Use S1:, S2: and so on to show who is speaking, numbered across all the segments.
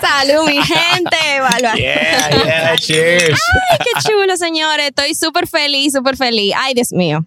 S1: Salud, mi gente. Evalua.
S2: Yeah, yeah, cheers.
S1: Ay, qué chulo, señores. Estoy súper feliz, súper feliz. Ay, Dios mío.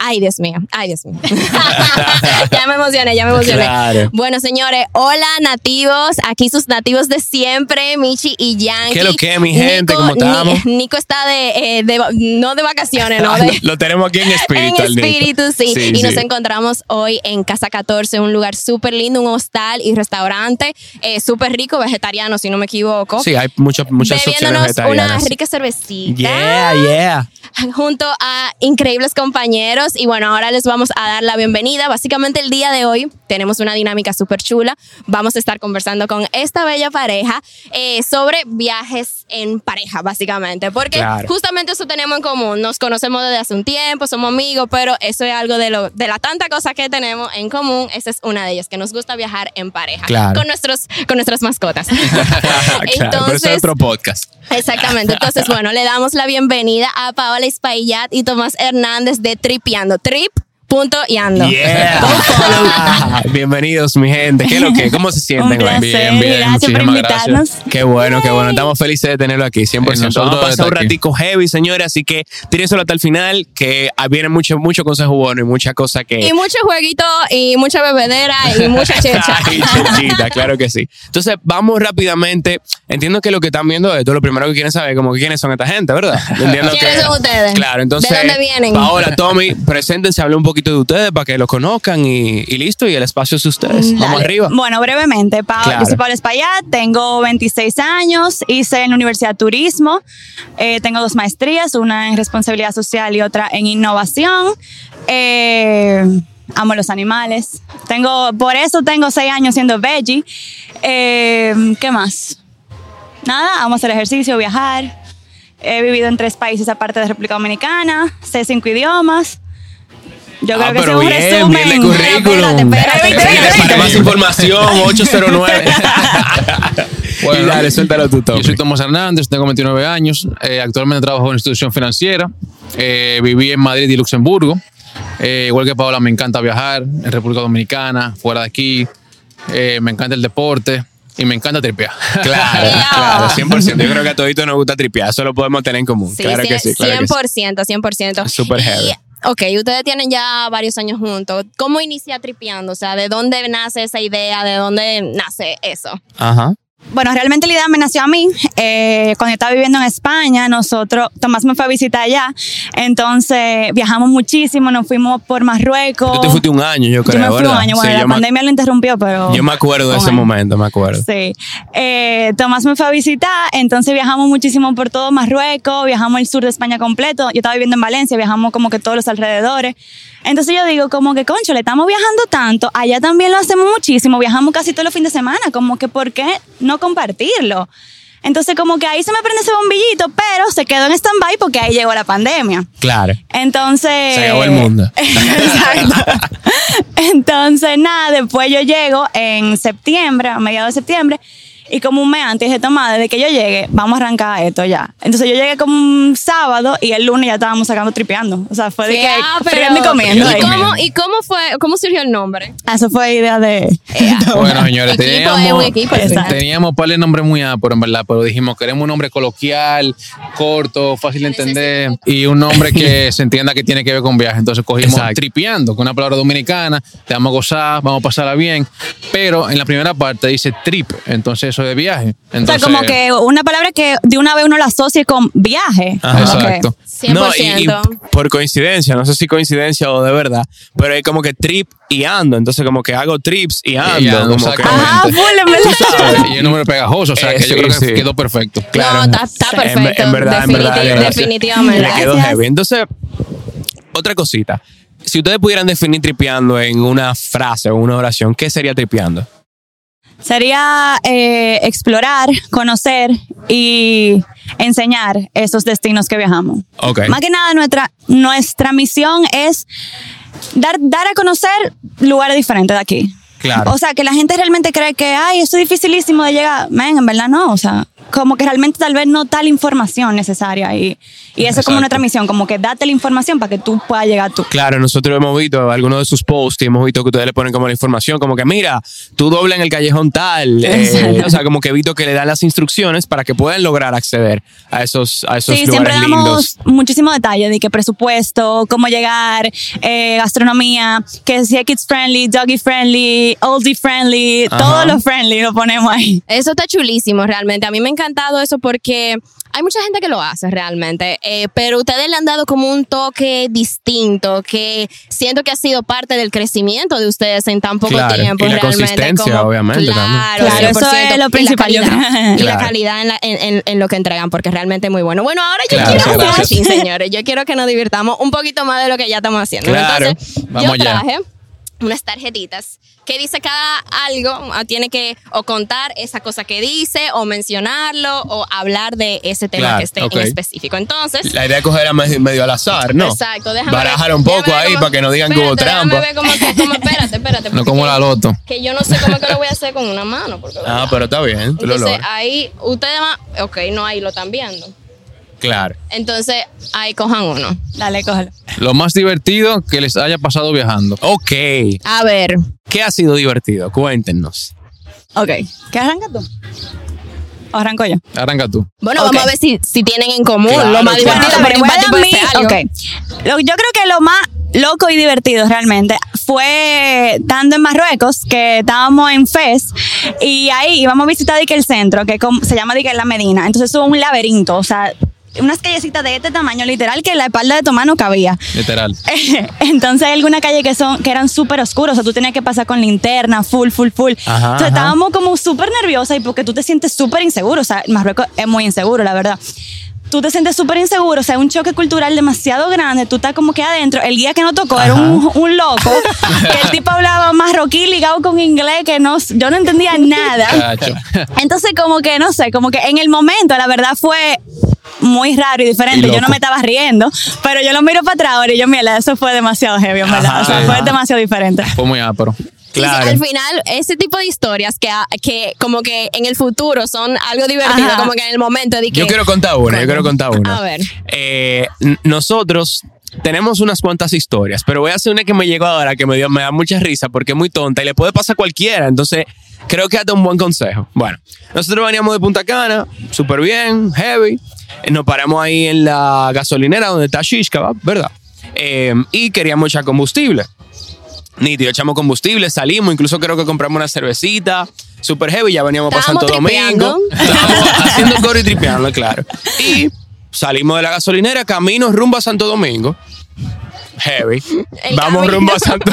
S1: Ay, Dios mío. Ay, Dios mío. ya me emocioné, ya me emocioné.
S2: Claro.
S1: Bueno, señores, hola nativos. Aquí sus nativos de siempre, Michi y Yankee.
S2: ¿Qué lo que, mi gente? ¿Cómo estamos?
S1: Ni- Nico está de, eh, de va- no de vacaciones, no de...
S2: Lo tenemos aquí en espíritu. al
S1: en
S2: Nico.
S1: espíritu, sí.
S2: Sí,
S1: Y nos
S2: sí.
S1: encontramos hoy en Casa 14, un lugar súper lindo, un hostal y restaurante eh, súper rico, vegetariano, si no me equivoco.
S2: Sí, hay muchas, muchas opciones
S1: Bebiéndonos una
S2: vegetarianas.
S1: rica cervecita
S2: Yeah, yeah.
S1: junto a increíbles compañeros. Y bueno, ahora les vamos a dar la bienvenida. Básicamente el día de hoy tenemos una dinámica súper chula. Vamos a estar conversando con esta bella pareja eh, sobre viajes en pareja, básicamente. Porque
S2: Claro.
S1: justamente eso tenemos en común. Nos conocemos desde hace un tiempo, somos amigos, pero eso es algo de, lo, de la tanta cosa que tenemos en común. Esa es una de ellas, que nos gusta viajar en pareja.
S2: Claro.
S1: Con, nuestros, con nuestras mascotas.
S2: claro, pero eso es otro podcast.
S1: Exactamente. Entonces, bueno, le damos la bienvenida a Paola Espaillat y Tomás Hernández de Tripeando. Trip. Punto y ando.
S2: Yeah. Bienvenidos, mi gente. ¿Qué es lo que? ¿Cómo se sienten,
S3: Un
S2: güey?
S3: placer, gracias por
S4: muchísimas
S3: invitarnos.
S2: Qué bueno, qué bueno. Estamos felices de tenerlo aquí, 100%.
S4: Eh, nosotros
S2: Vamos a pasar
S4: desde
S2: un
S4: aquí.
S2: ratico heavy, señores, así que tíreselo hasta el final, que ahí viene mucho, mucho consejo bueno y mucha cosa que...
S1: Y mucho jueguito y mucha bebedera y mucha checha.
S2: Ay, chechita, claro que sí. Entonces, vamos rápidamente. Entiendo que lo que están viendo esto, lo primero que quieren saber es como que quiénes son esta gente, ¿verdad? Entiendo
S1: ¿Quiénes
S2: que-
S1: son ustedes?
S2: Claro, entonces.
S1: ¿De dónde vienen?
S2: Ahora, Tommy, preséntense, hablen un poquito de ustedes para que los conozcan y, y listo, y el espacio es de ustedes. Vamos
S3: Dale.
S2: arriba.
S3: Bueno, brevemente, Pa-
S2: Claro.
S3: yo soy Paola Espaillat, tengo 26 años, hice en la Universidad de Turismo, eh, tengo dos maestrías, una en responsabilidad social y otra en innovación. Eh, amo los animales, tengo, por eso tengo 6 años siendo veggie. Eh, ¿Qué más? Nada, amo hacer ejercicio, viajar. He vivido en tres países aparte de República Dominicana, sé cinco idiomas. Yo
S2: Ah,
S3: creo que ese es
S2: pero
S3: un
S2: bien,
S3: resumen.
S2: bien el
S3: Pero espérate,
S2: currículum.
S3: espérate,
S1: Excelente,
S3: espérate.
S2: Para más información, 809.
S4: Bueno,
S2: y dale, suéltalo tú, Tommy.
S4: Yo soy Tomás Hernández, tengo 29 años. eh, actualmente trabajo en una institución financiera. eh, viví en Madrid y Luxemburgo. eh, igual que Paola, me encanta viajar en República Dominicana, fuera de aquí. eh, me encanta el deporte y me encanta tripear.
S2: Claro,
S1: Ya.
S2: claro, 100%. Yo creo que a toditos nos gusta tripear, eso lo podemos tener en común.
S1: Sí,
S2: claro que
S1: cien-
S2: sí, claro que sí.
S1: 100%, 100%.
S2: Súper heavy.
S1: Y, ok, ustedes tienen ya varios años juntos. ¿Cómo inicia Tripeando? O sea, ¿de dónde nace esa idea? ¿De dónde nace eso?
S2: Ajá.
S3: Bueno, realmente la idea me nació a mí. Eh, cuando yo estaba viviendo en España, nosotros, Tomás me fue a visitar allá, entonces viajamos muchísimo, nos fuimos por Marruecos.
S2: Tú te fuiste un año, yo creo,
S3: yo me fui un
S2: ¿verdad?
S3: año, bueno,
S2: Sí,
S3: la
S2: yo me-
S3: pandemia lo interrumpió, pero...
S2: Yo me acuerdo de
S3: un
S2: ese
S3: año.
S2: momento, me acuerdo.
S3: Sí. Eh, Tomás me fue a visitar, entonces viajamos muchísimo por todo Marruecos, viajamos el sur de España completo. Yo estaba viviendo en Valencia, viajamos como que todos los alrededores. Entonces yo digo, como que, concho, le estamos viajando tanto, allá también lo hacemos muchísimo, viajamos casi todos los fines de semana, como que, ¿por qué no compartirlo? Entonces como que ahí se me prende ese bombillito, pero se quedó en stand-by porque ahí llegó la pandemia.
S2: Claro.
S3: Entonces.
S2: Se acabó el mundo.
S3: Exacto. Entonces, nada, después yo llego en septiembre, a mediados de septiembre, y como un mes antes dije, toma, desde que yo llegue, vamos a arrancar esto ya. Entonces yo llegué como un sábado y el lunes ya estábamos sacando tripeando. O sea, fue de
S1: Sí,
S3: que
S1: ah, pero-
S3: friendo y comiendo.
S1: ¿Y
S3: ahí.
S1: cómo, ¿Y cómo fue, cómo surgió el nombre? Eh,
S3: Ah, Eso fue idea de.
S4: Bueno, señores,
S1: Equipo, es
S4: teníamos,
S1: un equipo, exacto.
S4: teníamos par de nombres muy A, pero en verdad, pero dijimos, queremos un nombre coloquial, corto, fácil de entender y un nombre que se entienda que tiene que ver con viaje. Entonces cogimos
S2: Exacto.
S4: tripeando, con una palabra dominicana, le vamos a gozar, vamos a pasarla bien, pero en la primera parte dice trip, entonces eso es de viaje. Entonces,
S3: o sea, como que una palabra que de una vez uno la asocie con viaje.
S2: Ajá.
S3: Como que-
S4: Exacto.
S2: No, y,
S1: 100%.
S2: y por coincidencia, no sé si coincidencia o de verdad, pero es como que trip y ando, entonces como que hago trips y ando,
S4: Y ando,
S2: como que-
S4: exactamente.
S3: Ajá, full, en verdad.
S4: Y el número pegajoso, o sea,
S2: Eh,
S4: que yo
S2: sí,
S4: creo que
S2: sí.
S4: quedó perfecto.
S1: No, está, está
S2: En-
S1: perfecto.
S2: En, verdad, en verdad.
S1: Definitiv-
S2: gracias.
S1: Definitivamente.
S2: Le quedó
S3: Gracias.
S2: heavy. Entonces, otra cosita. Si ustedes pudieran definir tripeando en una frase o una oración, ¿qué sería tripeando?
S3: Sería eh, explorar, conocer y enseñar esos destinos que viajamos.
S2: Ok.
S3: Más que nada, nuestra, nuestra misión es dar, dar a conocer lugares diferentes de aquí.
S2: Claro.
S3: O sea, que la gente realmente cree que, ay, esto es dificilísimo de llegar. Men, en verdad no. O sea, como que realmente tal vez no tal información necesaria y, Y eso es como
S4: Exacto.
S3: nuestra misión, como que date la información para que tú puedas llegar tú.
S2: Claro, nosotros hemos visto algunos de sus posts y hemos visto que ustedes le ponen como la información, como que mira, tú dobla en el callejón tal. eh,
S3: Exacto.
S2: o sea, como que he visto que le dan las instrucciones para que puedan lograr acceder a esos, a esos
S3: Sí, siempre
S2: lugares
S3: damos
S2: lindos.
S3: muchísimo detalle de qué presupuesto, cómo llegar, eh, gastronomía, que si es kids friendly, doggy friendly, oldie friendly,
S2: Ajá.
S3: todo lo friendly lo ponemos ahí.
S1: Eso está chulísimo, realmente. A mí me ha encantado eso porque hay mucha gente que lo hace realmente, eh, pero ustedes le han dado como un toque distinto que siento que ha sido parte del crecimiento de ustedes en tan poco
S2: Claro,
S1: tiempo.
S2: y la
S1: realmente,
S2: consistencia,
S1: como-
S2: obviamente,
S1: Claro,
S2: también.
S3: Claro, eso
S1: 100%,
S3: es lo
S1: y la
S3: principal, yo
S1: calidad.
S3: creo.
S1: Y la
S2: Claro.
S1: calidad en, la- en- en- en lo que entregan, porque realmente es muy bueno. Bueno, ahora yo
S2: Claro,
S1: quiero
S2: sí,
S1: hacer
S2: gracias.
S1: un chin, señores. Yo quiero que nos divirtamos un poquito más de lo que ya estamos haciendo.
S2: Claro,
S1: Entonces, yo
S4: vamos allá.
S1: traje unas tarjetitas que dice cada algo, ah, tiene que o contar esa cosa que dice, o mencionarlo, o hablar de ese tema
S2: Claro,
S1: que esté
S2: ok.
S1: en específico. Entonces,
S2: La idea de coger era medio, medio al azar, ¿no?
S1: exacto, déjame
S2: Barajar un
S1: déjame
S2: poco
S1: ver
S2: ahí
S1: cómo-
S2: para que no digan que hubo
S1: espérate, déjame
S2: trampa.
S1: ver cómo que- cómo- espérate, espérate.
S4: No como
S1: porque-
S4: la loto.
S1: Que yo no sé cómo que lo voy a hacer con una mano. Porque,
S2: Ah, pero está bien, tú lo
S1: Entonces, ah,
S2: logras.
S1: ahí, ustedes van, ok, no, ahí lo están viendo.
S2: Claro.
S1: Entonces, ahí cojan uno.
S3: Dale, cógelo.
S4: Lo más divertido que les haya pasado viajando.
S2: Ok,
S1: A ver,
S2: ¿qué ha sido divertido? Cuéntenos.
S3: Ok, ¿qué arranca tú? ¿O arranco yo?
S4: Arranca tú.
S1: bueno,
S3: Ok.
S1: vamos a ver si, si tienen en común
S2: Claro,
S1: lo más
S2: claro.
S1: divertido,
S3: Bueno,
S1: pero
S3: bueno,
S1: para ti
S3: a
S1: puede
S3: mí-
S1: ser algo.
S3: ok. Lo- yo creo que lo más loco y divertido realmente fue estando en Marruecos, que estábamos en Fez, y ahí íbamos a visitar dique, el centro, que com- se llama dique, La Medina. Entonces hubo un laberinto, o sea, unas callecitas de este tamaño, literal, que la espalda de tu mano cabía.
S4: Literal.
S3: Entonces hay algunas calles que son que eran súper oscuras, o sea, tú tenías que pasar con linterna, full, full, full.
S2: Ajá,
S3: Entonces
S2: ajá.
S3: estábamos como súper nerviosas y porque tú te sientes súper inseguro, o sea, Marruecos es muy inseguro, la verdad. Tú te sientes súper inseguro, o sea, un choque cultural demasiado grande, tú estás como que adentro. El guía que nos tocó era un, un loco, que el tipo hablaba marroquí ligado con inglés, que no, yo no entendía nada.
S4: Cacho.
S3: Entonces como que, no sé, como que en el momento la verdad fue muy raro y diferente.
S4: Y
S3: yo no
S4: loco.
S3: me estaba riendo, pero yo lo miro para atrás ahora y yo, mira, eso fue demasiado heavy, en verdad.
S2: Ajá,
S3: o sea,
S4: sí.
S3: fue demasiado diferente.
S4: Fue muy ápero.
S1: Sí, sí,
S2: Claro.
S1: al final, ese tipo de historias que, que como que en el futuro son algo divertido,
S3: Ajá.
S1: como que en el momento de que...
S2: Yo quiero contar una, yo quiero contar una.
S1: A ver.
S2: Eh, n- nosotros tenemos unas cuantas historias, pero voy a hacer una que me llegó ahora que me, dio, me da mucha risa porque es muy tonta y le puede pasar a cualquiera. Entonces, creo que hasta un buen consejo. Bueno, nosotros veníamos de Punta Cana, súper bien, heavy. Eh, Nos paramos ahí en la gasolinera donde está Shish Kebab, ¿verdad? Eh, y queríamos echar combustible. Nítido, echamos combustible, salimos, incluso creo que compramos una cervecita, super heavy, ya veníamos para
S1: Estábamos
S2: Santo
S1: tripeando.
S2: Domingo. Estábamos haciendo coro y tripeando, claro. Y salimos de la gasolinera, camino rumbo a Santo Domingo. Heavy.
S1: El
S2: Vamos
S1: camino.
S2: rumbo a Santo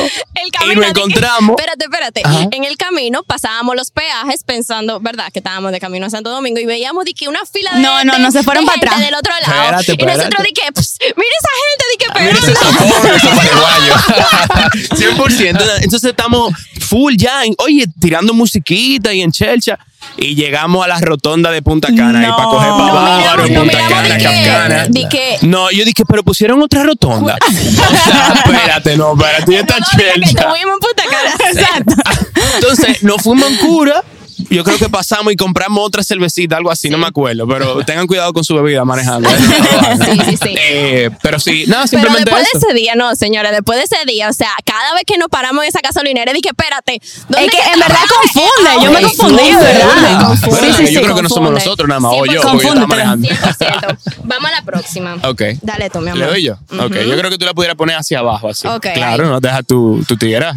S1: El camino
S2: y nos
S1: de que-
S2: encontramos.
S1: espérate, espérate.
S2: Ajá.
S1: En el camino pasábamos los peajes pensando, ¿verdad? Que estábamos de camino a Santo Domingo y veíamos de que una fila de
S3: No, no,
S1: gente-
S3: no, se fueron
S1: de
S3: para
S1: gente
S3: atrás.
S1: del otro lado.
S2: Espérate,
S1: Y
S2: espérate. Ah,
S1: nosotros de que, "Ps, mira esa gente,
S2: Mira
S1: de que
S2: ese
S1: pero.
S2: sopor, ese paraguayo. 100%. Entonces estamos full ya, en- oye, tirando musiquita y en chelcha. Y llegamos a la rotonda de Punta Cana y
S3: No.
S2: para coger para
S3: No,
S2: Bávaro,
S3: miramos,
S2: Punta
S3: no,
S2: Cana,
S3: miramos de que-
S2: Capcana.
S1: de que-
S2: No, yo dije, pero pusieron otra rotonda. O sea, espérate, no, espérate, y esta
S1: No, no, mira, que
S2: chelcha.
S1: tuvimos en Punta Cana.
S3: Exacto.
S2: Entonces, nos fuimos en cura. Yo creo que pasamos y compramos otra cervecita, algo así, no me acuerdo. Pero tengan cuidado con su bebida manejando. ¿eh?
S1: Sí, sí, sí.
S2: Eh, pero sí, nada,
S1: Pero
S2: simplemente
S1: después
S2: eso.
S1: de ese día, no, señores, después de ese día, o sea, cada vez que nos paramos en esa gasolinera, dije, espérate, ¿dónde
S3: Es que en
S1: está?
S3: verdad confunde, yo me
S1: Sí,
S3: confundí,
S1: confunde,
S3: ¿verdad?
S1: confunde.
S2: Bueno,
S3: Sí, sí,
S2: yo
S3: sí.
S2: creo que no somos
S1: confunde.
S2: nosotros nada más, o yo,
S1: 100%.
S2: porque yo estaba manejando.
S1: 100%. Vamos a la próxima.
S2: Ok.
S1: pues. Dale tú, mi amor.
S2: ¿Le doy yo? Ok, yo creo que tú la pudieras poner hacia abajo, así.
S1: Ok,
S2: Claro, no deja tu, tu tiguera.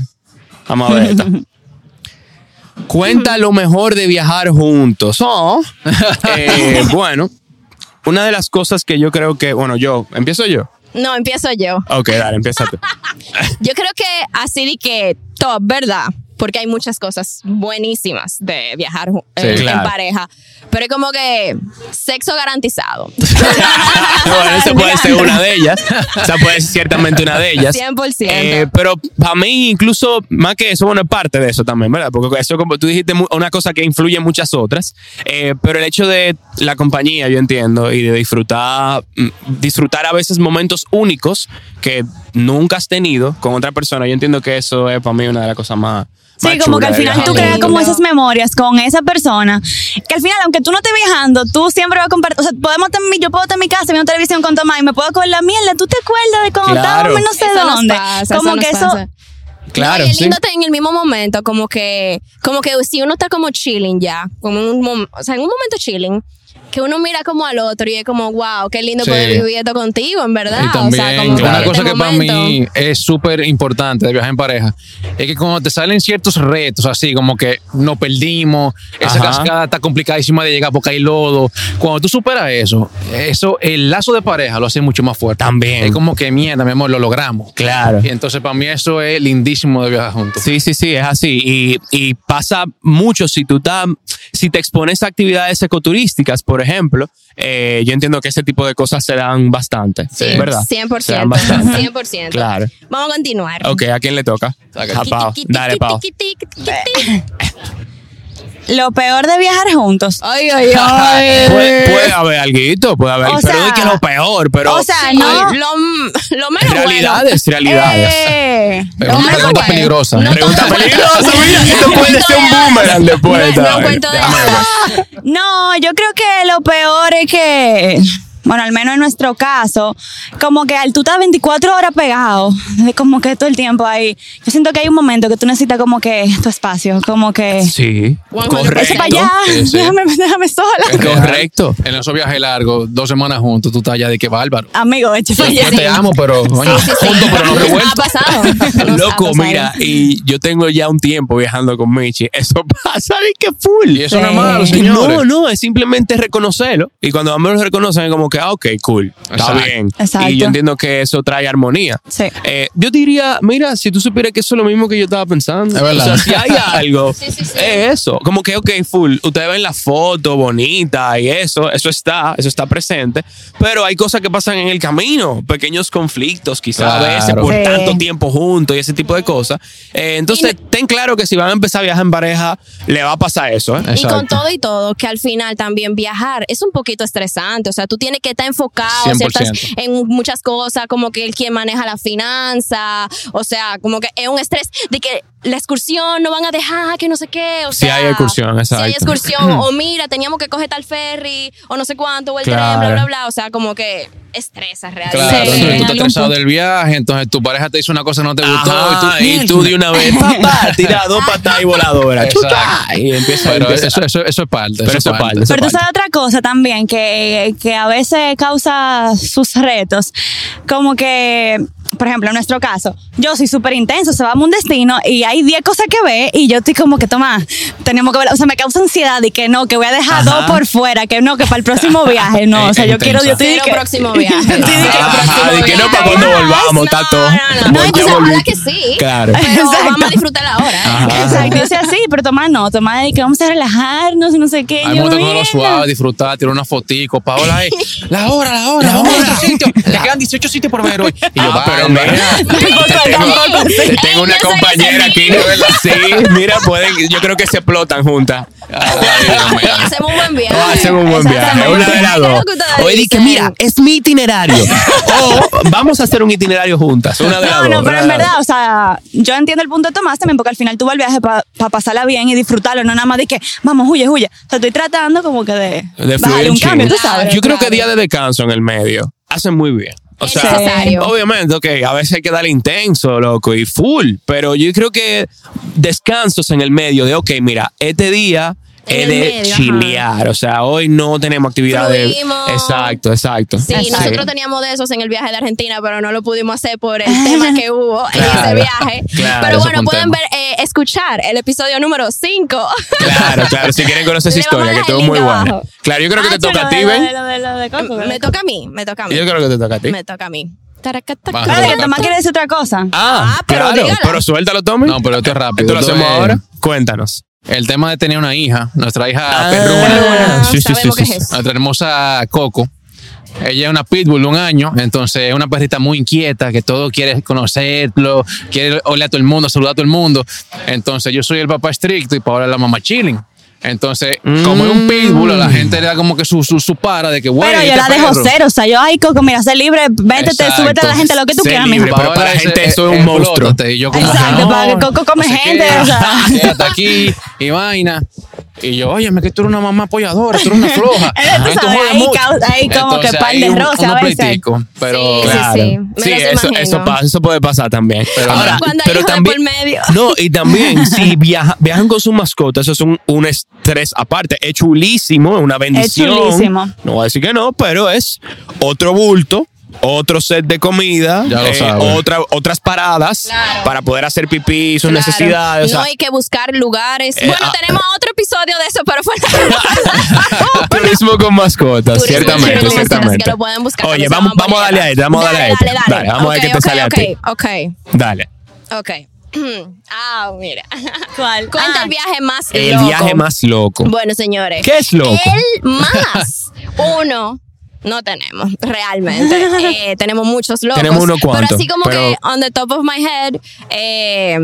S2: Vamos a ver esta. Cuenta lo mejor de viajar juntos. Oh. Eh, bueno, una de las cosas que yo creo que, bueno, yo, ¿empiezo yo?
S1: No, empiezo yo.
S2: Ok, dale, empieza tú.
S1: Yo creo que así de que top, ¿verdad? Porque hay muchas cosas buenísimas de viajar ju-
S4: Sí,
S1: eh, en
S2: claro.
S1: pareja. Pero es como que sexo garantizado.
S2: bueno, esa puede ser una de ellas. Esa puede ser ciertamente una de ellas.
S1: 100%.
S2: Eh, pero para mí, incluso más que eso, bueno, es parte de eso también, ¿verdad? Porque eso, como tú dijiste, mu- una cosa que influye en muchas otras. Eh, pero el hecho de la compañía, yo entiendo, y de disfrutar, mm, disfrutar a veces momentos únicos que nunca has tenido con otra persona, yo entiendo que eso es para mí una de las cosas más.
S3: Sí,
S2: más
S3: como
S2: chulas
S3: que al
S2: de
S3: final tú
S2: viajar.
S3: creas
S1: Sí.
S3: como
S1: No.
S3: esas memorias con esa persona. Que al final, aunque tú no estés viajando, tú siempre vas a compartir. O sea, podemos estar en mi- yo puedo estar en mi casa viendo televisión con Tomás y me puedo acordar la mierda. ¿Tú te acuerdas de cuando
S2: Claro.
S3: estábamos en no sé
S1: Eso nos
S3: dónde?
S1: pasa,
S3: como
S1: nos
S3: que eso.
S1: pasa.
S2: Claro,
S1: No, y es
S2: sí.
S1: lindo estar en el mismo momento, como que, como que si uno está como chilling ya, como en un, mom- o sea, en un momento chilling, que uno mira como al otro y es como, wow, qué lindo
S4: Sí.
S1: poder vivir esto contigo, en verdad.
S4: Y también,
S1: o sea, como
S4: una
S1: vivir
S4: cosa
S1: este
S4: que para
S1: momento.
S4: mí es súper importante de viajar en pareja, es que cuando te salen ciertos retos, así como que nos perdimos, esa
S2: Ajá.
S4: cascada está complicadísima de llegar porque hay lodo, cuando tú superas eso, eso, el lazo de pareja lo hace mucho más fuerte.
S2: También.
S4: Es como que mierda, mi amor, lo logramos.
S2: Claro.
S4: Y entonces para mí eso es lindísimo de viajar juntos.
S2: Sí, sí, sí, es así. Y, y pasa mucho si tú estás- si te expones a actividades ecoturísticas, por ejemplo, eh, yo entiendo que ese tipo de cosas se dan bastante.
S1: Sí,
S2: ¿verdad? Se dan
S1: 100%.
S2: bastante.
S1: 100%.
S2: Claro.
S1: Vamos a continuar.
S2: Ok, ¿a quién le toca? A
S1: Tiki,
S2: Pau.
S1: tiki,
S2: Dale,
S1: tiki,
S2: Pau.
S1: tiki, tiki, tiki.
S3: Lo peor de viajar juntos.
S1: Ay, ay, ay.
S2: Puede, puede haber algo, puede haber.
S3: O
S2: pero no
S3: sea-
S2: es que lo peor, pero.
S3: o sea,
S1: Ay,
S3: no.
S1: Lo, lo menos bueno.
S2: realidades, realidades.
S3: Eh,
S4: Pero
S3: lo
S4: una
S3: más
S4: pregunta
S1: pues.
S3: bueno.
S4: peligrosa. ¿eh?
S2: Pregunta peligrosa, mira, esto puede ser un boomerang después.
S1: No, no
S2: ¿sabes?
S1: cuento de
S2: Déjame ver.
S3: No, yo creo que lo peor es que, bueno, al menos en nuestro caso, como que al tú estás 24 horas pegado, de como que todo el tiempo ahí, yo siento que hay un momento que tú necesitas como que tu espacio, como
S1: Eh.
S3: que...
S2: Sí,
S1: Juanjo,
S3: Eso para
S2: correcto.
S3: allá,
S4: Sí, sí.
S3: déjame, déjame sola.
S2: Correcto.
S4: En esos viajes largos, dos semanas juntos, tú estás allá de que bárbaro.
S1: Ah,
S3: Amigo, eche
S4: Yo,
S3: para allá.
S4: yo te amo, pero coño,
S1: pues Sí, sí, sí.
S4: juntos, pero no
S1: Nos
S4: revueltos.
S1: Ha pasado. Nos ha
S2: Loco,
S1: pasado.
S2: mira, y yo tengo ya un tiempo viajando con Michi. Eso pasa de que full.
S4: Y eso no es malo,
S2: Y
S4: señores.
S2: No, no, es simplemente reconocerlo. Y cuando ambos lo reconocen, es como que, ah, ok, cool, está
S4: Exacto.
S2: bien.
S3: Exacto.
S2: Y yo entiendo que eso trae armonía.
S3: Sí.
S2: Eh, yo diría, mira, si tú supieras que eso es lo mismo que yo estaba pensando.
S4: Es verdad.
S2: O sea, si hay algo,
S1: Sí, sí, sí.
S2: es eso. Como que, ok, full, ustedes ven la foto bonita y eso, eso está, eso está presente. Pero hay cosas que pasan en el camino, pequeños conflictos quizás a veces
S4: Claro.
S2: por
S3: Sí.
S2: tanto tiempo juntos y ese tipo de cosas. Eh, entonces, ten claro que si van a empezar a viajar en pareja, le va a pasar eso. ¿eh?
S1: Y con
S4: Exacto.
S1: todo y todo, que al final también viajar es un poquito estresante. O sea, tú tienes que estar enfocado
S4: 100%.
S1: ciertas- en muchas cosas, como que el quien maneja la finanza. O sea, como que es un estrés de que la excursión no van a dejar, ah, que no sé qué. O
S2: Si
S1: sea,
S2: hay excursión,
S1: Si hay
S2: exacto.
S1: excursión, o mira, teníamos que coger tal ferry, o no sé cuánto, o el
S2: Claro.
S1: tren, bla, bla, bla. O sea, como que estresa realmente.
S4: Claro,
S3: Sí,
S4: entonces
S3: en
S4: tú estás
S3: algún
S4: estresado del viaje, entonces tu pareja te hizo una cosa que no te gustó
S2: Ajá,
S4: y tú,
S2: de una vez, papá, tira dos patadas y voladora.
S4: Exacto.
S2: chuta, y empieza
S4: Pero
S2: empieza-
S4: eso, eso, eso es parte.
S2: Pero eso es parte.
S3: Pero tú sabes otra cosa también que, que a veces causa sus retos. Como que, por ejemplo, en nuestro caso, yo soy súper intenso, se va a un destino y hay 10 cosas que ve y yo estoy como que, toma, tenemos que ver, o sea, me causa ansiedad y que no, que voy a dejar
S2: Ajá.
S3: dos por fuera, que no, que para el próximo viaje, no, o sea, yo
S4: Intensa.
S3: quiero, yo estoy
S1: Cero
S3: de que-
S1: próximo viaje.
S3: Yo estoy de que-
S1: Cero
S2: Ajá,
S1: próximo
S2: de que no,
S1: viaje.
S2: para cuando volvamos,
S1: No,
S2: tato.
S1: No, no, no.
S2: Ya
S1: entonces,
S2: volví.
S1: ojalá que sí.
S2: Claro.
S1: Pero vamos
S3: Exacto.
S1: a disfrutar la hora. ¿eh?
S2: Ajá.
S3: Exacto, o sea, sí, pero toma no, toma de que vamos a relajarnos y no sé qué.
S4: Hay
S3: yo,
S4: momentos que uno
S3: mierda.
S4: lo suave, disfrutar, tirar una fotico. Paola, eh, la hora, la hora, vamos a otro sitio. Le quedan 18 sitios por ver hoy. Y yo,
S2: Ah, pero
S4: "Vale".
S2: mira, te tengo, te
S1: Ey,
S2: tengo
S1: yo
S2: una
S1: sé que
S2: compañera
S1: sí.
S2: aquí. Sí, mira, pueden, yo creo que se explotan juntas.
S4: Ay, Dios mío.
S1: Hacemos un buen viaje.
S2: No, hacemos un buen viaje.
S1: Exactamente.
S2: Una de las dos.
S1: Creo que ustedes
S2: Oye, di que
S1: dicen.
S2: mira, es mi itinerario. O vamos a hacer un itinerario juntas. Una de las
S3: No,
S2: dos.
S3: no, pero
S2: una
S3: en
S2: de las
S3: verdad, o sea, yo entiendo el punto de Tomás también, porque al final tú vas al viaje para pasarla bien y disfrutarlo, no nada más de que, vamos, huye, huye. O sea, estoy tratando como que de,
S2: dos. De
S3: bajarle
S2: fluir
S3: un
S2: un
S3: cambio, tú
S2: chin.
S3: sabes.
S2: Yo creo que
S1: claro.
S2: día de descanso en el medio hacen muy bien. O
S1: Es
S2: sea,
S1: necesario.
S2: obviamente, ok, a veces hay que darle intenso, loco, y full, pero yo creo que descansos en el medio de, ok, mira, este día
S1: En el
S2: es de
S1: medio, ajá.
S2: chilear, o sea, hoy no tenemos actividades.
S1: Fluimos.
S2: Exacto, exacto.
S1: Sí,
S3: Exacto.
S1: nosotros teníamos de esos en el viaje de Argentina, pero no lo pudimos hacer por el tema que hubo en ese
S2: Ah. Claro,
S1: viaje.
S2: claro,
S1: pero
S2: eso
S1: bueno,
S2: fue un
S1: pueden
S2: tema.
S1: ver, eh, escuchar el episodio número 5.
S2: Claro, claro, si quieren conocer esa
S1: Le vamos
S2: historia,
S1: a
S2: que
S1: dejar
S2: estuvo
S1: el
S2: muy
S1: link
S2: buena.
S1: abajo.
S2: Claro, yo creo que
S3: Ah,
S2: te toca a
S3: chulo,
S2: ti,
S3: de lo-
S2: ¿ven?
S3: de lo- de lo- de Coco,
S1: me
S3: ¿verdad?
S1: toca a mí, me toca a mí.
S2: Yo creo que te toca a ti.
S1: Me toca a mí. Taracata.
S4: Baja,
S3: Claro, que Tomás quiere decir otra cosa.
S2: Ah,
S1: Ah, pero
S2: claro,
S1: dígala.
S2: pero suéltalo, Tommy.
S4: No, pero esto es rápido.
S2: Esto lo hacemos
S4: es-
S2: ahora. Cuéntanos.
S4: El tema de tener una hija, nuestra hija
S2: Ah,
S4: perruna,
S1: Sí, sí, sí, sabemos sí, que sí. es eso.
S4: nuestra hermosa Coco. Ella es una pitbull de un año, entonces es una perrita muy inquieta, que todo quiere conocerlo, quiere oler a todo el mundo, saludar a todo el mundo. Entonces yo soy el papá estricto y Paola es la mamá chilling. Entonces, como es un pitbull, a la gente le da como que su, su, su para de que, bueno,
S3: Pero yo la dejo cero. O sea, yo, ay, Coco, mira, sé libre, vétete,
S2: Exacto.
S3: súbete a la gente, lo que tú
S2: Sé
S3: quieras,
S2: libre.
S3: mijo.
S2: Pero para la gente eso es un monstruo.
S4: Y yo como que,
S3: Exacto,
S4: no,
S3: para que Coco come
S4: no sé
S3: gente,
S4: qué,
S3: o sea.
S4: ajá, hasta aquí y vaina. Y yo, oye, que tú eres una mamá apoyadora, tú eres una floja.
S3: Tú sabes,
S4: Entonces, jodes
S3: ahí
S4: mucho.
S3: cau- ahí como
S4: Entonces,
S3: que par
S4: ahí
S3: de
S4: un-
S3: roces a
S4: unos
S3: veces.
S4: pleiticos, pero
S1: Sí, sí,
S2: Claro.
S1: sí. Me
S2: Sí,
S1: los
S2: eso,
S1: imagino.
S2: eso pasa, eso puede pasar también. Pero,
S1: Ahora,
S2: nada.
S1: cuando hay
S2: pero
S1: hijos de
S2: también,
S1: por medio.
S2: No, y también si viaja- viajan con su mascota, eso es un, un estrés aparte. Es chulísimo, es una bendición.
S3: chulísimo.
S2: No voy a decir que no, pero es otro bulto. Otro set de comida, eh,
S4: Ya lo sabe.
S2: otra- otras paradas
S1: Claro.
S2: para poder hacer pipí, sus
S1: Claro.
S2: necesidades. o sea,
S1: no hay que buscar lugares.
S2: Eh,
S1: bueno,
S2: ah,
S1: tenemos otro episodio de eso, pero fuera.
S2: Turismo con mascotas,
S1: Turismo
S2: ciertamente,
S1: con mascotas,
S2: ciertamente.
S1: que lo pueden buscar,
S2: Oye,
S1: se
S2: vamos,
S1: llama
S2: vamos a darle a este,
S1: Bolera.
S2: vamos a darle a este.
S1: Dale, dale,
S2: vamos a ver
S1: Ok,
S2: qué te
S1: ok,
S2: sale a ti.
S1: Ok,
S2: Dale.
S1: ok, ok. Ah, mira.
S3: ¿Cuál?
S1: Cuenta
S3: Ah.
S1: el viaje más
S2: El
S1: loco.
S2: viaje más loco.
S1: Bueno, señores.
S2: ¿Qué es loco?
S1: El más uno. No tenemos, realmente. Eh, tenemos muchos locos.
S2: Tenemos uno cuanto,
S1: Pero así como
S2: pero-
S1: que, on the top of my head, eh,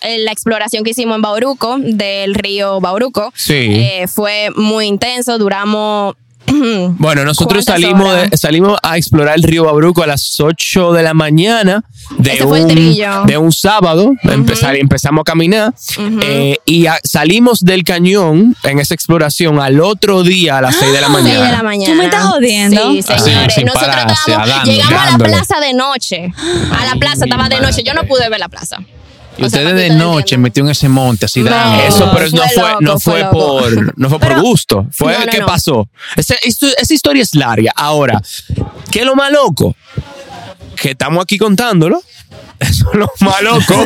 S1: eh, la exploración que hicimos en Bauruco, del río Bauruco,
S2: Sí.
S1: eh, fue muy intenso. Duramos.
S2: Bueno, nosotros
S1: ¿Cuántas
S2: salimos,
S1: horas?
S2: de- salimos a explorar el río Babruco a las 8 de la mañana de,
S1: Ese fue el trillo.
S2: un, de un sábado. Empezar- empezamos a caminar eh, y a- salimos del cañón en esa exploración al otro día a las 6 de la
S1: Ah, seis
S2: mañana.
S1: de la mañana.
S3: ¿Tú me estás jodiendo?
S1: Sí,
S2: Así,
S1: señores.
S2: Ah, sin
S1: Nosotros
S2: pararse,
S1: estábamos-
S2: dándole,
S1: llegamos
S2: dándole.
S1: a la plaza de noche. A la plaza
S2: mi
S1: estaba de noche. Yo no
S2: madre.
S1: pude ver la plaza.
S4: Y
S1: O sea,
S4: ustedes
S1: para que
S4: de
S1: ustedes
S4: noche
S1: entiendan.
S4: metió en ese monte así
S1: No.
S4: dando.
S2: Eso, pero
S1: Fue
S2: no fue,
S1: loco,
S2: no
S1: fue
S2: fue,
S1: loco.
S2: por, no fue por
S1: Pero-
S2: gusto. Fue
S1: No,
S2: el
S1: no,
S2: que
S1: no.
S2: pasó. Ese- esto- esa historia es larga. Ahora, ¿qué es lo más loco? Que estamos aquí contándolo. Eso es lo más loco.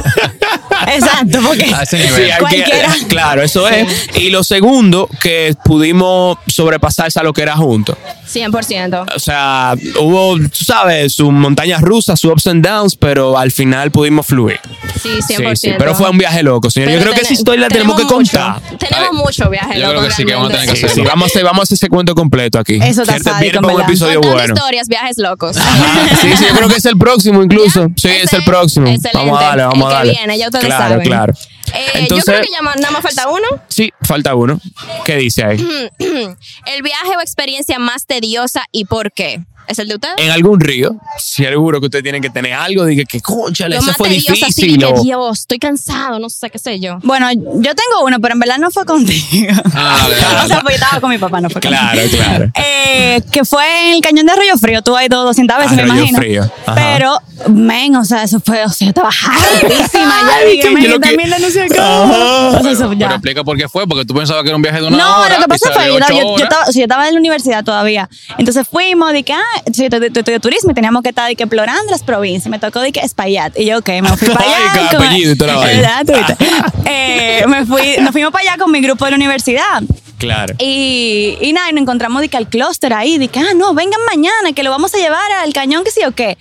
S3: Exacto, porque.
S4: A ese
S2: Sí,
S4: nivel.
S2: hay que-
S3: Cualquiera.
S2: claro, eso es. Y lo segundo, que pudimos sobrepasar esa loquera juntos.
S1: 100%.
S2: O sea, hubo, tú sabes, sus montañas rusas, sus ups and downs, pero al final pudimos fluir.
S1: Sí, 100%.
S2: Sí, sí, pero fue un viaje loco, señor. Yo
S1: Pero
S2: creo que esa
S1: tene-
S2: historia la tenemos que
S1: mucho,
S2: contar.
S1: tenemos
S4: Ay,
S1: mucho viaje.
S4: yo creo
S1: loco,
S4: que sí, que vamos a tener
S1: realmente.
S4: que
S2: Sí,
S4: hacerlo.
S2: sí, vamos a hacer, vamos a hacer ese cuento completo aquí.
S3: Eso está
S2: Cierto,
S3: sádico,
S2: Viene para un
S3: ¿verdad?
S2: episodio
S1: Contando
S2: bueno.
S1: historias, viajes locos.
S2: Ah, sí, sí, yo creo que es el próximo incluso. Sí,
S1: Ese
S2: es el próximo.
S1: excelente,
S2: Vamos a darle, vamos
S1: el
S2: a
S1: que
S2: darle.
S1: viene, ya ustedes
S2: claro,
S1: saben.
S2: Claro,
S1: Eh,
S2: Entonces,
S1: yo creo que ya ma- nada más falta uno.
S2: sí, falta uno. ¿Qué dice ahí?
S1: El viaje o experiencia más tediosa y por qué. ¿Es el de ustedes?
S2: En algún río, seguro que usted tiene que tener algo. Dije que, conchale,
S1: Lo
S2: ese
S1: más
S2: fue
S1: tediosa, sí,
S2: difícil.
S1: que
S2: o-
S1: Dios, estoy cansado, no sé qué sé yo.
S3: Bueno, yo tengo uno, pero en verdad no fue contigo.
S4: Ah, dale, dale.
S3: o sea, porque estaba con mi papá, no fue contigo.
S2: Claro, claro.
S3: Eh, que fue en el cañón de Arroyo Frío. Tú has ido 200 veces,
S2: Ah,
S3: me
S2: Arroyo
S3: imagino.
S2: Frío, ajá.
S3: Pero, men, o sea, eso fue, o sea, yo estaba hartísima. yo
S2: Ay,
S3: dije,
S2: que
S3: men,
S2: yo lo
S3: yo
S2: que-
S3: también la anunció acá.
S2: Ajá.
S3: O sea, eso
S4: Pero
S3: ya.
S4: explica por qué fue, porque tú pensabas que era un viaje de una
S3: No,
S4: hora.
S3: lo que pasa
S4: y
S3: fue,
S4: salió
S3: yo,
S4: ocho
S3: yo- yo
S4: horas.
S3: estaba, o sea, yo estaba en la universidad todavía. Entonces fuimos, de que, ah, sí, estoy estoy- estoy de turismo y teníamos que estar de que explorando las provincias. Me tocó de que Espaillat. Y yo, ok, me fui para allá.
S2: Ay, cada
S3: como-
S2: apellido y toda la vaina.
S3: ¿Verdad? Tú viste. Eh, me fui, nos fuimos para allá con mi grupo de la universidad.
S2: Claro.
S3: Y, y nada, y nos encontramos de que al clúster ahí, de que, ah, no, vengan mañana, que lo vamos a llevar al cañón, que sí o qué.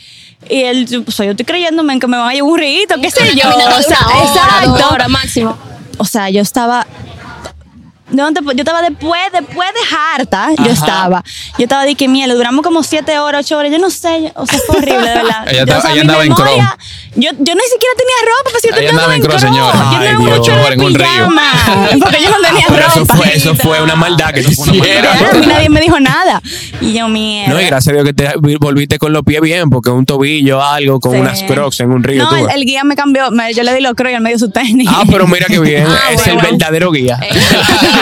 S3: Y él, yo, pues, yo estoy creyéndome en que me van a llevar un rito, qué sé yo. O sea, exacto.
S1: Oh, Ahora máximo.
S3: O sea, yo estaba. no te pu- yo estaba después, después de harta, yo estaba. Yo estaba de que mierda, duramos como siete horas, ocho horas, yo no sé, yo- o sea, fue horrible, de verdad.
S4: Ella
S3: Yo,
S4: estaba-
S3: o sea,
S4: ella
S3: mi
S4: andaba en
S3: memoria- Yo, yo ni siquiera tenía ropa, pues yo
S4: Ella
S3: tenía
S4: andaba en cross, señora.
S3: Yo
S2: Ay,
S3: tenía
S2: Dios,
S3: mucho de
S4: en un río.
S3: pijama, porque yo no tenía
S2: Pero
S3: ropa.
S2: eso fue, eso fue una maldad que
S4: Eso fue una maldad.
S2: hicieron.
S3: Claro, a mí nadie me dijo nada. Y yo, mierda.
S2: Pues No, y gracias a Dios que te volviste con los pies bien, porque un tobillo, algo, con
S3: Sí.
S2: unas crocs en un río.
S3: No,
S2: tú
S3: el,
S2: ves.
S3: el guía me cambió. me- yo le di los crocs y él me dio su tenis.
S2: Ah, pero mira qué bien.
S1: Ah,
S2: es el
S1: bueno.
S2: verdadero guía.
S1: Eh,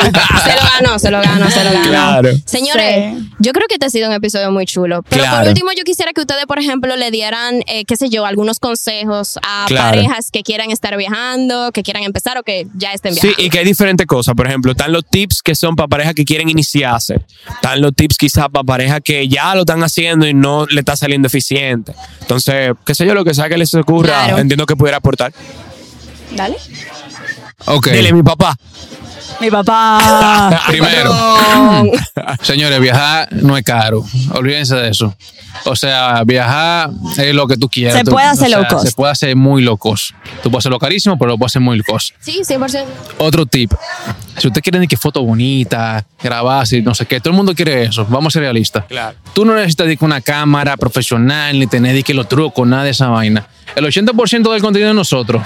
S1: se lo ganó, se lo ganó, se lo ganó.
S2: Claro.
S1: Señores,
S3: Sí.
S1: yo creo que este ha sido un episodio muy chulo. Pero por
S2: Claro.
S1: último, yo quisiera que ustedes, por ejemplo, le dieran, eh, qué sé yo, algunos consejos a
S2: Claro.
S1: parejas que quieran estar viajando, que quieran empezar o que ya estén
S2: Sí,
S1: viajando.
S2: y que hay diferentes cosas. Por ejemplo, están los tips que son para parejas que quieren iniciarse. Están los tips quizás para parejas que ya lo están haciendo y no le está saliendo eficiente. Entonces, qué sé yo, lo que sea que les ocurra,
S1: Claro.
S2: entiendo que pudiera aportar.
S3: Dale.
S4: Ok.
S2: Dile, mi papá. eh,
S3: Mi papá.
S4: Primero,
S2: Oh.
S4: señores, viajar no es caro. Olvídense de eso. O sea, viajar es lo que tú quieras.
S3: Se
S4: Tú-
S3: puede
S4: o
S3: hacer
S4: sea,
S3: low cost.
S4: Se puede hacer muy locos. Tú puedes hacerlo carísimo, pero lo puedes hacer muy low cost.
S1: Sí, 100%.
S4: Otro tip. Si usted quiere ni que foto bonita, grabarse, y no sé qué, todo el mundo quiere eso. Vamos a ser realistas.
S2: Claro.
S4: Tú no necesitas ni que una cámara profesional, ni tener ni que los trucos, nada de esa vaina. El 80% del contenido de nosotros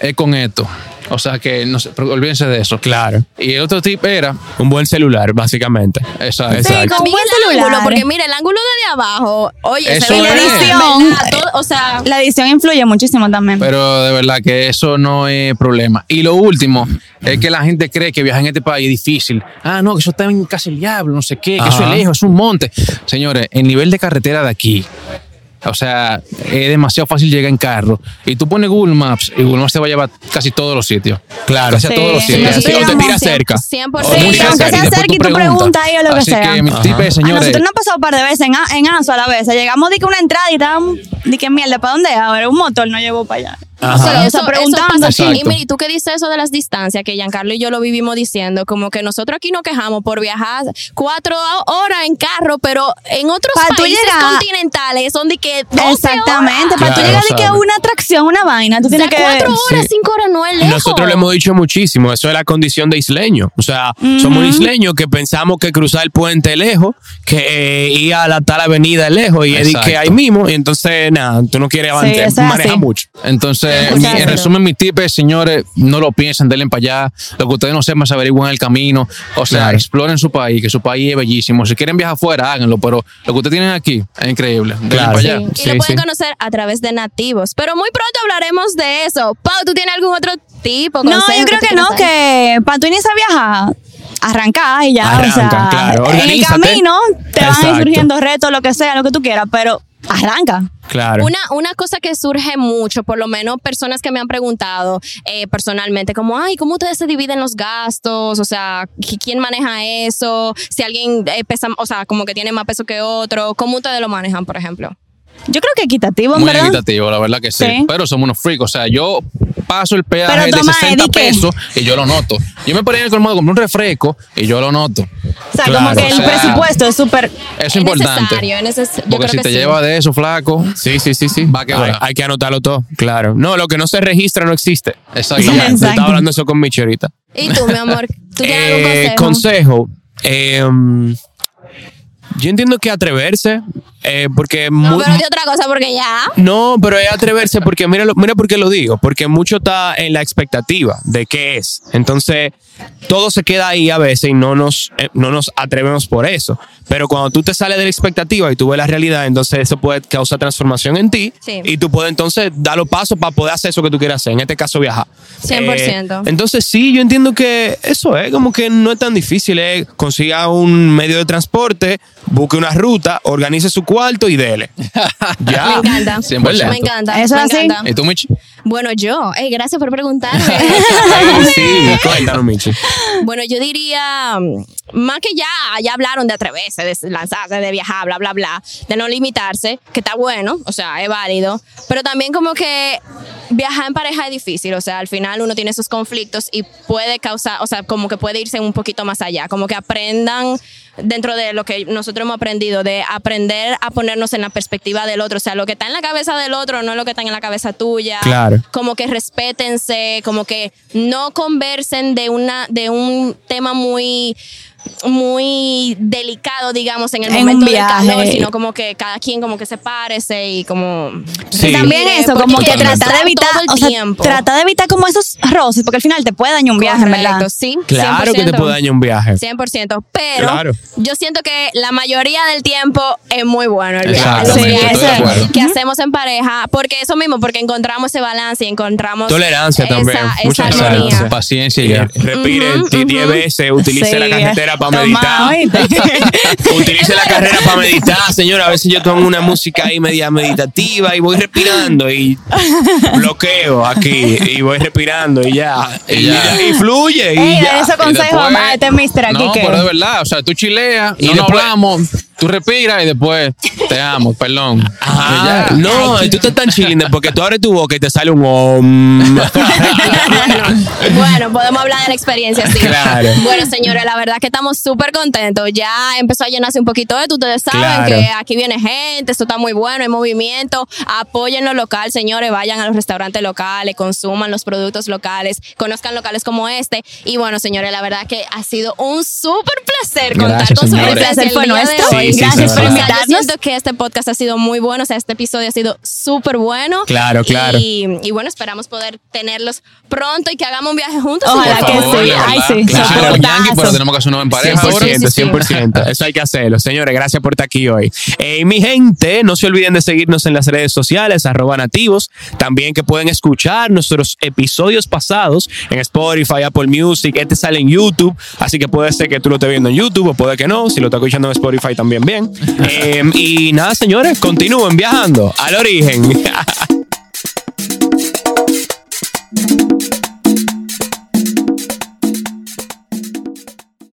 S4: es con esto, O sea que no sé, pero olvídense de eso.
S2: Claro.
S4: Y el otro tip era,
S2: Un buen celular, básicamente.
S3: Eh,
S4: Exacto.
S1: Sí,
S2: Exacto.
S1: también
S3: buen
S1: el
S3: celular.
S1: ángulo, porque mira, el ángulo de, de abajo, oye,
S4: Eso
S1: se ve la
S4: es.
S1: edición,
S3: ¿Verdad?
S1: todo- o sea,
S3: La edición influye muchísimo también.
S4: pero de verdad que eso no es problema. Y lo último es que la gente cree que viajar en este país es difícil. Ah, no, que eso está en casi el diablo, no sé qué, que eso
S2: Ajá.
S4: es lejos, es un monte. Señores, el nivel de carretera de aquí. O sea, es demasiado fácil llegar en carro. Y tú pones Google Maps y Google Maps te va a llevar casi todos los sitiros.
S2: Claro.
S4: Casi a
S3: Sí.
S4: todos los
S3: Sí,
S4: sitios.
S3: nosotros
S2: o te
S3: llegamos
S1: cien-
S2: tira cerca.
S1: 100%.
S2: O muy
S3: Sí, aunque
S2: cerca.
S3: sea
S4: después
S3: cerca y tú preguntas ahí o lo que
S4: Así
S3: sea.
S4: que mi tip
S2: Ajá.
S4: es,
S3: a nosotros
S4: señores,
S3: nos ha pasado un par de veces en, A- en Anzo a la vez. Llegamos de que una entrada y estábamos de que mierda, ¿para dónde? es? Ahora un motor no llevó para allá.
S2: Ajá.
S1: O sea,
S3: Ajá.
S1: eso,
S3: Eso
S1: preguntando.
S3: preguntando.
S1: y
S4: Exacto.
S1: mira, ¿y tú qué dices eso de las distancias? Que Giancarlo y yo lo vivimos diciendo, como que nosotros aquí nos quejamos por viajar cuatro horas en carro, pero en otros
S3: Pa' tú
S1: países
S3: llegar-
S1: continentales son de que 12 horas.
S3: Exactamente. Para tú
S4: Claro,
S3: llegar de que a
S4: sabe.
S3: una atracción, una vaina, tú
S1: O sea,
S3: tienes que.
S1: cuatro horas,
S2: Sí.
S1: cinco horas no es lejos.
S2: Nosotros le hemos dicho muchísimo, eso es la condición de isleño. O sea, somos isleños que pensamos que cruzar el puente es lejos, que eh, ir a la tal avenida es lejos y es de que
S4: Exacto.
S2: ahí mismo. Y entonces, nada, tú no quieres
S3: eso
S2: avanzar,
S3: es
S2: maneja
S3: así.
S2: mucho.
S4: Entonces,
S3: Exacto.
S4: mi- en resumen, mi tip es, señores, no lo piensen, denle para allá. Lo que ustedes no sepan, se averigüen en el camino. O sea,
S2: Claro.
S4: exploren su país, que su país es bellísimo. Si quieren viajar afuera, háganlo, pero lo que ustedes tienen aquí es increíble. Denle
S2: Claro.
S4: para
S2: Sí.
S4: allá.
S1: Y lo
S2: Sí,
S1: pueden
S2: sí.
S1: conocer a través de nativos. Pero muy pronto hablaremos de eso. Pau, ¿tú tienes algún otro tipo?
S3: No,
S1: consejo
S3: yo creo
S1: tú
S3: que no,
S1: quieras dar?
S3: que para tú iniciar a viajar, arrancar y ya. o
S2: Arranca,
S3: sea,
S2: claro,
S3: en el
S2: organízate.
S3: camino te van
S2: Exacto.
S3: surgiendo retos, lo que sea, lo que tú quieras, pero arranca.
S2: Claro.
S1: Una, una cosa que surge mucho, por lo menos personas que me han preguntado eh, personalmente, como, ay, ¿cómo ustedes se dividen los gastos? O sea, ¿qui- ¿quién maneja eso? Si alguien eh, pesa, o sea, como que tiene más peso que otro, ¿cómo ustedes lo manejan, por ejemplo?
S3: Yo creo que equitativo, en
S4: Muy
S3: ¿verdad?
S4: equitativo, la verdad que sí.
S3: Sí.
S4: Pero somos unos freaks. O sea, yo paso el
S3: Pero
S4: peaje de
S3: toma,
S4: 60
S3: Eddie, ¿qué?
S4: pesos y yo lo noto. Yo me paré en el colmado a comprar un refresco y yo lo noto.
S3: O sea, como
S2: Claro,
S3: que
S4: o
S3: el
S4: sea,
S3: presupuesto es súper.
S4: Eso es
S1: Es
S4: importante.
S1: necesario, es neces- yo
S4: Porque
S1: creo
S4: si
S1: que
S4: te
S1: sí.
S4: lleva de eso, flaco.
S2: Sí, sí, sí, sí.
S4: Va que
S2: hay,
S4: va.
S2: hay que anotarlo todo, claro. No, lo que no se registra no existe.
S4: Exactamente.
S2: Yo Estaba
S3: Exacto.
S2: hablando eso con Michi ahorita.
S1: ¿Y tú, mi amor? ¿Tú tienes
S2: Eh,
S1: algún consejo?
S2: consejo. eh, mm, yo entiendo que atreverse, eh, porque
S1: no,
S2: mu-
S1: pero de otra cosa, porque ya.
S2: No, pero es atreverse porque mira, lo- mira por qué lo digo, porque mucho está en la expectativa de qué es. Entonces, todo se queda ahí a veces y no nos, eh, no nos atrevemos por eso. Pero cuando tú te sales de la expectativa y tú ves la realidad, entonces eso puede causar transformación en ti
S1: Sí.
S2: y tú puedes entonces dar los pasos para poder hacer eso que tú quieras hacer, en este caso viajar. Eh,
S1: 100%.
S2: entonces, sí, yo entiendo que eso es como que no es tan difícil, es consiga un medio de transporte, busque una ruta, organice su cuarto y dele. ya.
S1: Me encanta.
S4: 100%.
S1: Me encanta.
S3: Eso
S1: me
S3: así.
S1: encanta.
S4: ¿Y tú, Michi?
S1: Bueno, yo, eh, gracias por preguntarme.
S2: sí, cuéntanos, Michi.
S1: Bueno, yo diría, mm, más que ya, ya hablaron de atreverse, de lanzarse, de viajar, bla, bla, bla, de no limitarse, que está bueno, o sea, es válido, pero también como que viajar en pareja es difícil, o sea, al final uno tiene sus conflictos y puede causar, o sea, como que puede irse un poquito más allá, como que aprendan dentro de lo que nosotros hemos aprendido, de aprender a ponernos en la perspectiva del otro, o sea, lo que está en la cabeza del otro no es lo que está en la cabeza tuya,
S2: Claro.
S1: como que respétense, como que no conversen de una de un tema muy muy delicado, digamos, en el
S3: En un
S1: momento del
S3: viaje.
S1: calor, sino como que cada quien como que se párese y como
S2: Sí.
S3: Y
S1: respire,
S3: También eso,
S1: porque
S3: como
S1: hay
S3: que trata de
S1: pensar
S3: evitar,
S1: todo el
S3: o sea,
S1: tiempo.
S3: trata de evitar como esos roces, porque al final te puede dañar un viaje, en
S1: Correcto,
S3: ¿verdad?
S1: sí,
S2: Claro que te
S1: 100%.
S2: puede dañar un viaje.
S1: 100%, pero
S2: Claro.
S1: yo siento que la mayoría del tiempo es muy bueno el viaje.
S4: Exactamente,
S1: Los viajes
S3: estoy de acuerdo.
S1: que hacemos en pareja, porque eso mismo, porque encontramos ese balance y encontramos
S2: Tolerancia
S1: esa-
S2: también.
S1: esa
S2: Mucha
S1: armonía.
S2: tolerancia.
S4: Paciencia y ya.
S2: Repite
S1: Ujú,
S2: ti- 10
S1: ujú.
S2: veces, utilice la
S3: Sí.
S2: carretera para
S3: Toma,
S2: meditar.
S3: oíste.
S2: Utilice la carrera para meditar, señora. A veces yo tomo una música ahí media meditativa y voy respirando y bloqueo aquí y voy respirando y ya. Y,
S4: Y ya.
S2: y fluye y
S3: Ey,
S2: ya.
S3: ese
S4: Y
S3: consejo
S4: después-
S3: a este mister aquí
S4: No,
S3: que
S4: pero de verdad, o sea, tú chileas y
S2: No,
S4: no,
S2: no después-
S4: hablamos, tú respiras y después te amo, perdón.
S2: Ajá.
S4: Y ya.
S2: Ah, No, tú estás tan chilinde porque tú abres tu boca y te sale un om.
S1: bueno, podemos hablar de la experiencia, sí.
S2: Claro.
S1: Bueno, señores, la verdad que estamos súper contentos. Ya empezó a llenarse un poquito esto. Ustedes saben
S2: Claro.
S1: que aquí viene gente, esto está muy bueno, hay movimiento. Apoyen lo local, señores. Vayan a los restaurantes locales, consuman los productos locales, conozcan locales como este. Y bueno, señores, la verdad que ha sido un súper placer contar
S4: Gracias,
S1: con su
S4: señores.
S1: presencia
S3: El placer fue
S1: el día de
S3: nuestro.
S1: hoy.
S2: sí, sí,
S3: Gracias
S2: sí,
S3: por
S2: sí.
S1: O sea, yo
S3: invitarnos.
S1: siento que este podcast ha sido muy bueno, o sea, este episodio ha sido súper bueno.
S2: Claro, claro.
S1: Y, y bueno, esperamos poder tenerlos pronto y pues, que hagamos un viaje juntos.
S3: Ojalá
S1: Por
S3: que
S1: favor.
S3: sí.
S4: la
S3: Ay,
S4: verdad.
S3: sí,
S4: Claro,
S2: soportazo.
S4: Yankee, pero tenemos que hacer una en pareja. ahora.
S2: 100%,
S1: Sí, sí, sí.
S2: 100%. Eso hay que hacerlo. Señores, gracias por estar aquí hoy. Eh, y mi gente, no se olviden de seguirnos en las redes sociales, arroba nativos. También que pueden escuchar nuestros episodios pasados en Spotify, Apple Music. Este sale en YouTube. Así que puede ser que tú lo estés viendo en YouTube o puede que no. Si lo estás escuchando en Spotify también bien. Eh, y nada, señores, continúen viajando al origen.